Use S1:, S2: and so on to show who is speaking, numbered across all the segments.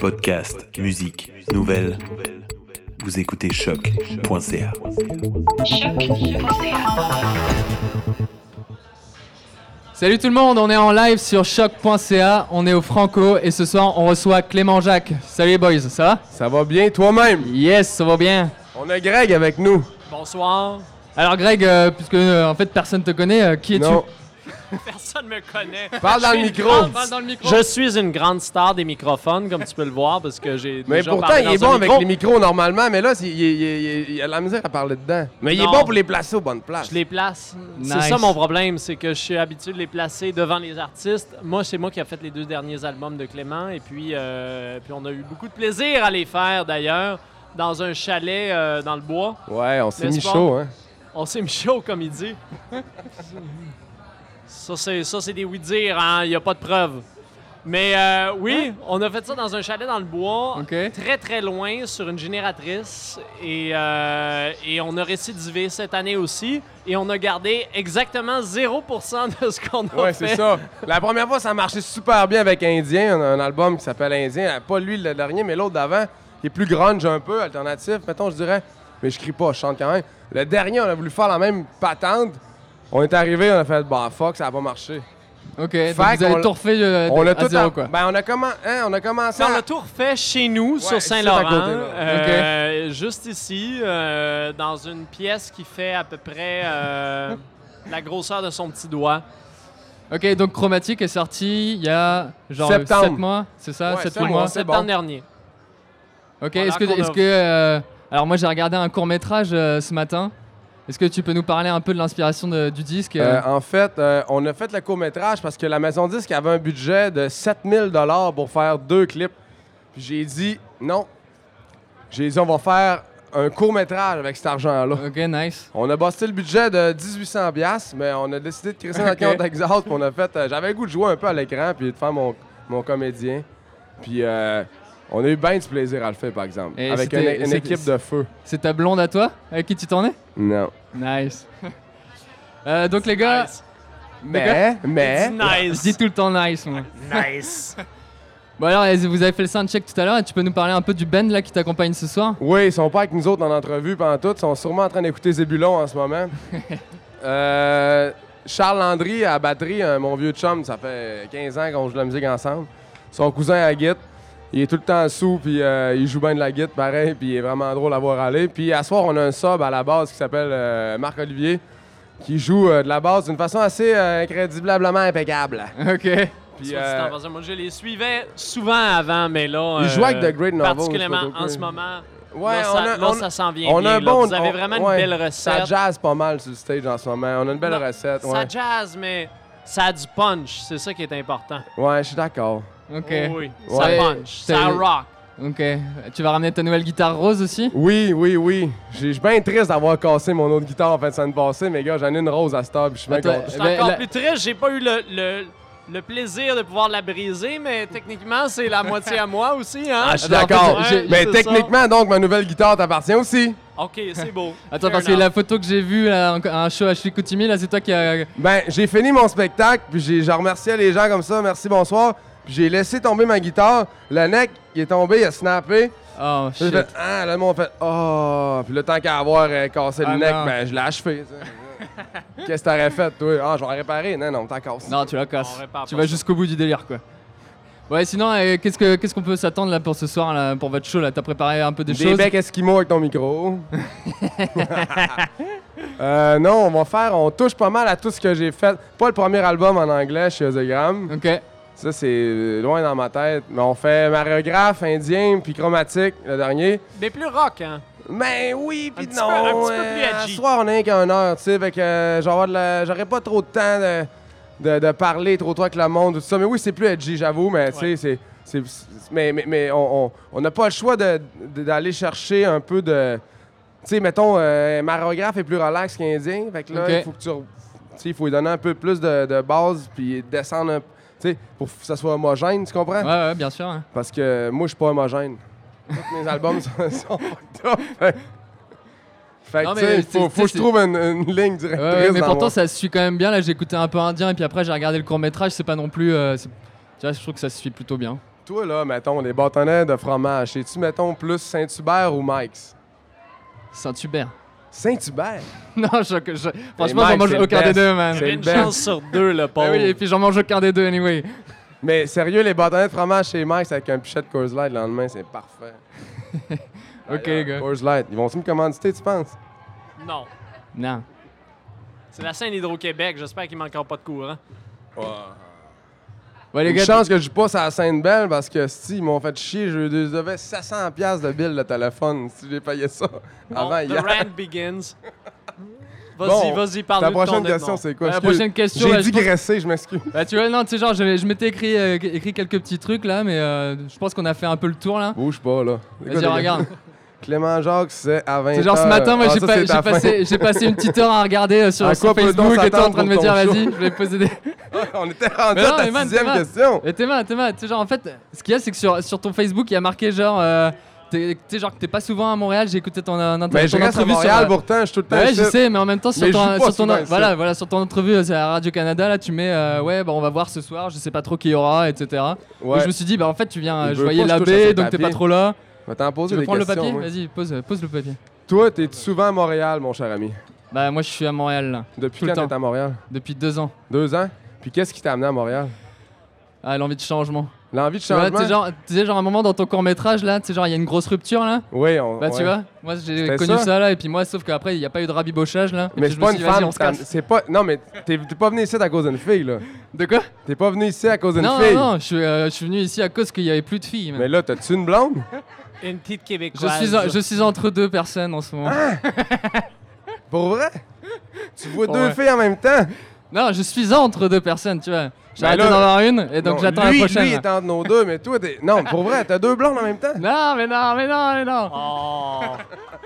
S1: Podcast, musique, nouvelles. Vous écoutez choc.ca.
S2: Salut tout le monde, on est en live sur choc.ca, on est au Franco et ce soir on reçoit Clément Jacques. Salut les boys, ça va?
S3: Ça va bien toi-même?
S2: Yes, ça va bien.
S3: On a Greg avec nous.
S4: Bonsoir.
S2: Alors Greg, euh, puisque euh, en fait personne te connaît, euh, qui es-tu?
S3: Non.
S4: Personne me connaît.
S3: Parle dans le micro.
S2: Parle, parle dans le micro.
S4: Je suis une grande star des microphones, comme tu peux le voir, parce que j'ai
S3: Mais
S4: déjà
S3: pourtant,
S4: parlé
S3: il est
S4: dans
S3: bon
S4: un
S3: avec
S4: micro.
S3: les micros normalement, mais là, c'est- il, est- il est- il est- il a de la misère à parler dedans. Mais il est
S4: Non.
S3: bon pour les placer aux bonnes places.
S4: Je les place. C'est
S2: Nice.
S4: ça mon problème, c'est que je suis habitué de les placer devant les artistes. Moi, c'est moi qui a fait les deux derniers albums de Clément, et puis, euh, puis on a eu beaucoup de plaisir à les faire d'ailleurs, dans un chalet euh, dans le bois.
S3: Ouais, on s'est
S4: N'est-ce
S3: mis
S4: pas?
S3: chaud, hein.
S4: On s'est mis chaud, comme il dit. ça, c'est, ça, c'est des oui-dire, hein? Il n'y a pas de preuves. Mais euh, oui,
S3: Hein?
S4: on a fait ça dans un chalet dans le bois,
S2: Ok.
S4: très très loin, sur une génératrice. Et, euh, et on a récidivé cette année aussi. Et on a gardé exactement 0% de ce qu'on a
S3: Ouais,
S4: fait.
S3: c'est ça. La première fois, ça a marché super bien avec Indien. On a un album qui s'appelle Indien. Pas lui le dernier, mais l'autre d'avant, qui est plus grunge un peu, alternatif, mettons, je dirais. Mais je crie pas, je chante quand même. Le dernier, on a voulu faire la même patente. On est arrivé, on a fait, bah fuck, ça a pas marché.
S2: Ok,
S3: Fait
S2: donc vous
S3: qu'on-
S2: avez tout refait euh,
S3: On
S2: à
S3: a tout
S2: zéro
S3: en-
S2: quoi.
S3: Ben, on a, commen- hein, on a commencé.
S4: Mais on
S3: à-
S4: a tout refait chez nous,
S3: c'est
S4: sur
S3: ça, à
S4: Saint-Laurent,
S3: côté, là.
S4: euh, juste ici, euh, dans une pièce qui fait à peu près euh, la grosseur de son petit doigt.
S2: Ok, donc Chromatique est sorti il y a genre
S3: Septembre.
S2: 7 mois, c'est ça?
S3: Ouais,
S2: 7
S3: sept mois.
S2: mois.
S3: C'est
S4: septembre
S3: bon.
S4: dernier.
S2: Ok,
S4: Voilà,
S2: est-ce que.
S4: qu'on a-
S2: Est que euh, alors moi j'ai regardé un court métrage ce matin. Est-ce que tu peux nous parler un peu de l'inspiration de- du disque? euh?
S3: Euh, en fait, euh, on a fait le court-métrage parce que la maison disque avait un budget de 7000 dollars pour faire deux clips. Puis j'ai dit non. J'ai dit on va faire un court-métrage avec cet argent-là.
S2: Ok, nice.
S3: On a bossé le budget de 1800 piastres, mais on a décidé de crisser dans
S2: Ok.
S3: le compte exhaust, puis on a fait euh, j'avais le goût de jouer un peu à l'écran puis de faire mon, mon comédien. Puis euh, on a eu bien du plaisir à le faire par exemple
S2: Et
S3: avec
S2: c'était-
S3: une- une
S2: c'était-
S3: équipe de feu.
S2: C'est ta blonde à toi avec qui tu t'en es?
S3: Non.
S2: Nice. Euh, donc les gars,
S4: Nice.
S3: Mais
S4: Eh,
S3: mais
S2: je dis
S4: Nice.
S2: tout le temps nice moi.
S4: nice.
S2: Bon alors les- vous avez fait le soundcheck tout à l'heure, et tu peux nous parler un peu du band là qui t'accompagne ce soir
S3: Oui, ils sont pas avec nous autres en entrevue pendant tout. Ils sont sûrement en train d'écouter Zébulon en ce moment. Euh, Charles Landry à la batterie, euh, mon vieux chum, ça fait 15 ans qu'on joue de la musique ensemble. Son cousin à guitare. Il est tout le temps sous, puis euh, il joue bien de la guitare, pareil, puis il est vraiment drôle à voir aller. Puis à soir, on a un sub à la base qui s'appelle euh, Marc-Olivier, qui joue euh, de la base d'une façon assez euh, incroyablement impeccable.
S2: Ok.
S3: Puis,
S4: Soit dit en
S3: euh,
S4: passant, moi, je les suivais souvent avant, mais là. euh,
S3: Ils jouent avec The Great Novel,
S4: Particulièrement
S3: je sais pas
S4: en ce
S3: pourquoi.
S4: moment.
S3: ouais,
S4: là,
S3: on
S4: ça,
S3: a-
S4: là,
S3: on-
S4: ça s'en vient.
S3: on
S4: bien,
S3: a un
S4: là.
S3: bon.
S4: Vous avez
S3: on-
S4: vraiment
S3: ouais,
S4: une belle recette.
S3: Ça jazz pas mal sur le stage en ce moment. On a une belle
S4: Non,
S3: recette.
S4: Ça
S3: Ouais,
S4: jazz, mais ça a du punch. C'est ça qui est important.
S3: ouais je suis d'accord.
S2: Ok.
S4: Oh Oui,
S2: Ouais.
S4: Ça punch.
S2: C'est-
S4: Ça rock.
S2: Ok. Tu vas ramener ta nouvelle guitare rose aussi
S3: Oui, oui, oui. J'ai- Je suis bien triste d'avoir cassé mon autre guitare en fin de semaine passée, mais gars, j'en ai une rose à cette heure, puis je suis bien
S2: Attends,
S3: content.
S4: C'est
S2: Ben,
S4: encore
S2: la-
S4: plus triste. J'ai pas eu le. le le plaisir de pouvoir la briser, mais techniquement, c'est la moitié à moi aussi. Hein?
S3: Ah, je suis
S2: ben, en fait,
S3: d'accord.
S2: j'ai-
S4: Ouais,
S3: Mais
S4: c'est ça.
S3: techniquement, donc, ma nouvelle guitare t'appartient aussi.
S4: OK, c'est beau.
S2: Attends
S4: Fair
S2: parce que
S4: enough.
S2: la photo que j'ai vue là, en- à un show à Chicoutimi là c'est toi qui a...
S3: Ben, j'ai fini mon spectacle, puis j'ai j'ai remercié les gens comme ça, merci, bonsoir. Puis j'ai laissé tomber ma guitare. Le neck, il est tombé, il a snappé.
S2: Oh
S3: J'ai
S2: shit.
S3: fait, ah, le monde fait, oh. Puis le temps qu'à avoir euh, cassé
S2: Ah,
S3: le neck,
S2: non.
S3: ben, je l'ai achevé. tu sais. Qu'est-ce que t'aurais fait, toi? Ah, je vais la réparer. Non, non, t'en casses.
S2: Non, tu la casses.
S4: On répare
S2: Tu
S4: pas
S2: vas
S4: ça.
S2: jusqu'au bout du délire, quoi. Ouais, sinon, euh, qu'est-ce que qu'est-ce qu'on peut s'attendre là pour ce soir, là, pour votre show là T'as préparé un peu des,
S3: Des,
S2: choses
S3: becs esquimaux avec ton micro. Euh, non, on va faire, on touche pas mal à tout ce que j'ai fait. Pas le premier album en anglais chez Ozogram.
S2: Ok.
S3: Ça, c'est euh, loin dans ma tête. Mais on fait Marographe, Indien, puis Chromatique, le dernier.
S4: Mais plus rock, hein?
S3: Ben oui, puis
S4: Un petit
S3: non.
S4: peu- un petit peu
S3: euh,
S4: plus
S3: à
S4: edgy.
S3: soir, on est qu'un heure, tu sais. Fait que euh, j'aurai de la- j'aurai pas trop de temps de, de- de parler trop trop avec le monde, tout ça. Mais oui, c'est plus edgy, j'avoue, mais tu sais,
S4: Ouais.
S3: c'est. c'est- c'est- Mais, mais, mais on on- on n'a pas le choix de- de- d'aller chercher un peu de. Tu sais, mettons, euh, marographe est plus relax qu'Indien. Fait que là,
S2: Ok.
S3: il faut que tu. re- Tu sais, il faut lui donner un peu plus de, de base, puis descendre un Tu sais, pour que ça soit homogène, tu comprends?
S2: Ouais, ouais, bien sûr. hein.
S3: Parce que moi, je suis pas homogène. Tous mes albums sont, sont fucked up. Fait- Fait
S2: Non,
S3: que, tu
S2: mais
S3: sais,
S2: c'est-
S3: faut, faut que je
S2: c'est-
S3: trouve une, une ligne
S2: Ouais,
S3: directrice.
S2: ouais, mais
S3: dans
S2: pourtant,
S3: mon-
S2: ça se suit quand même bien. Là, j'ai écouté un peu indien et puis après, j'ai regardé le court métrage. C'est pas non plus. euh, c'est- tu vois, je trouve que ça se suit plutôt bien.
S3: Toi, là, mettons, les bâtonnets de fromage, c'est-tu, mettons, plus Saint-Hubert ou Mike's?
S2: Saint-Hubert.
S3: Saint-Hubert?
S2: Non, je, je- franchement,
S3: Mike,
S2: j'en mange
S3: c'est le
S2: aucun des
S3: best.
S2: deux, man.
S3: C'est
S4: Une
S3: le best.
S4: chance sur deux,
S3: Ben
S4: le
S2: Ah
S4: pauvre.
S2: oui, et puis j'en mange aucun des deux, anyway.
S3: Mais sérieux, les bâtonnets de fromage chez Mike's avec un pichet de Coors Light le lendemain, c'est parfait.
S2: Ok,
S3: D'ailleurs,
S2: gars.
S3: Coors Light, ils vont-tu me commanditer, tu penses?
S4: Non.
S2: Non.
S4: C'est la scène Hydro-Québec. J'espère qu'il manquera pas de hein. courant.
S2: Ouais, les
S3: Une
S2: gars,
S3: chance que je passe à la Sainte-Belle parce que si ils m'ont fait chier, je les devais 700 pièces de bill de téléphone si j'ai payé ça
S4: Bon,
S3: avant hier.
S4: The rant begins. Vas-y,
S3: Ah ben, Bon,
S4: vas-y, parle
S3: Ta prochaine question, c'est quoi?
S2: La
S3: Excuse.
S2: prochaine question,
S3: J'ai
S2: elle, je pense-
S3: digressé, je m'excuse.
S2: Bah, tu vois, non, tu sais, genre, je, je m'étais écrit, euh, écrit quelques petits trucs là, mais euh, je pense qu'on a fait un peu le tour là.
S3: Bouge pas, là. Écoute,
S2: Vas-y,
S3: les gars,
S2: regarde.
S3: Clément Jacques, c'est à 20
S2: C'est genre ce matin, moi,
S3: Ah,
S2: j'ai
S3: ça,
S2: pas-
S3: c'est
S2: j'ai
S3: ta fin.
S2: passé, j'ai passé une petite heure à regarder euh, sur,
S3: À
S2: sur
S3: quoi peut-on
S2: Facebook et toi en
S3: s'attendre
S2: train de me
S3: pour
S2: dire,
S3: ton
S2: vas-y,
S3: show
S2: je vais poser des.
S3: On était rendu
S2: Mais non,
S3: à
S2: mais
S3: ta
S2: man,
S3: sixième
S2: c'est vrai.
S3: question.
S2: Et Théma, Théma, tu sais, genre, en fait, ce qu'il y a, c'est que sur, sur ton Facebook, il y a marqué genre. euh, t'es- tu sais, genre, que t'es pas souvent à Montréal, j'ai écouté ton, euh,
S3: Mais je
S2: ton
S3: reste à
S2: entrevue sur,
S3: Montréal
S2: euh,
S3: pourtant, je suis tout le temps
S2: Ouais,
S3: ici.
S2: je sais, mais en même temps, sur
S3: Mais je
S2: ton,
S3: joue pas
S2: sur ton-
S3: souvent, ça.
S2: voilà, voilà, sur ton entrevue euh, c'est à Radio-Canada, là, tu mets euh, Ouais, bah, on va voir ce soir, je sais pas trop qui y aura, etc.
S3: Ouais.
S2: Et je me suis dit, bah, en fait, tu viens,
S3: Il
S2: euh, je
S3: veut
S2: voyais
S3: pas, je touche à
S2: l'abbé,
S3: ses
S2: donc t'es
S3: papiers.
S2: pas trop là.
S3: Je vais t'en
S2: Tu
S3: poser
S2: veux
S3: des
S2: prendre le
S3: questions.
S2: papier
S3: moi.
S2: Vas-y, pose, pose le papier.
S3: Toi, t'es souvent à Montréal, mon cher ami.
S2: Bah, moi, je suis à Montréal, là,
S3: Depuis
S2: Tout le
S3: quand
S2: temps.
S3: t'es à Montréal?
S2: depuis deux ans.
S3: Deux ans? Puis qu'est-ce qui t'a amené à Montréal?
S2: Ah, l'envie de changement.
S3: L'envie de
S2: Tu vois, tu sais,
S3: changement?
S2: genre, tu sais, genre, à un moment dans ton court-métrage, là, tu sais, genre, il y a une grosse rupture, là.
S3: Oui, on.
S2: Bah, tu
S3: ouais.
S2: vois, moi, j'ai
S3: C'était
S2: connu
S3: ça.
S2: ça. là, et puis moi, sauf qu'après, il n'y a pas eu de rabibochage, là. et
S3: Mais
S2: puis je
S3: c'est
S2: me
S3: pas
S2: suis
S3: une
S2: dit, vas-y,
S3: femme.
S2: on se
S3: t'as-
S2: casse.
S3: C'est pas. Non, mais t'es t'es pas venu ici à cause d'une fille, là.
S2: De quoi
S3: T'es pas venu ici à cause d'une
S2: Non,
S3: fille.
S2: non, je suis, euh, je suis venu ici à cause qu'il n'y avait plus de filles. man.
S3: Mais là, t'as-tu une blonde?
S4: Une petite
S2: Je
S4: québécoise.
S2: suis, en- je suis entre deux personnes en ce moment.
S3: Ah Pour vrai? Tu vois
S2: Ouais.
S3: deux filles en même temps?
S2: non, je suis entre deux personnes, tu vois. J'ai
S3: Ben
S2: arrêté
S3: là-
S2: d'en avoir une, et donc
S3: Non,
S2: j'attends la
S3: lui-
S2: prochaine.
S3: Lui, il
S2: là.
S3: est entre nos deux, mais toi, t'es. Non, pour vrai, t'as deux blondes en même temps?
S2: Non, mais non, mais non, mais non.
S4: Oh.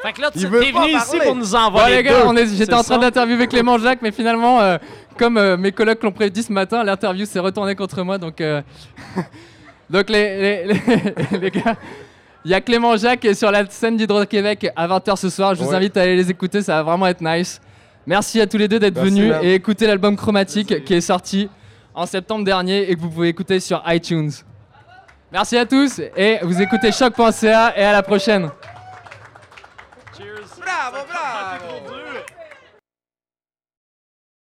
S4: fait que là, tu
S3: Il veut
S4: t'es
S3: pas
S4: venu ici
S3: parler.
S4: pour nous
S2: Bon,
S4: envoyer
S2: les gars,
S4: deux,
S2: on est- j'étais
S4: c'est
S2: en train
S4: ça?
S2: d'interviewer Clément Jacques, mais finalement, euh, comme euh, mes collègues l'ont prédit ce matin, l'interview s'est retournée contre moi. Donc, euh, donc les, les, les- les gars, il y a Clément Jacques sur la scène d'Hydro-Québec à 20h ce soir. Je vous
S3: Ouais.
S2: invite à aller les écouter, ça va vraiment être nice. Merci à tous les deux d'être
S3: Merci,
S2: venus
S3: man.
S2: et écouter l'album Chromatique qui est sorti en septembre dernier et que vous pouvez écouter sur iTunes. Merci à tous et vous écoutez choc.ca et à la prochaine.
S4: Cheers.
S3: Bravo, bravo!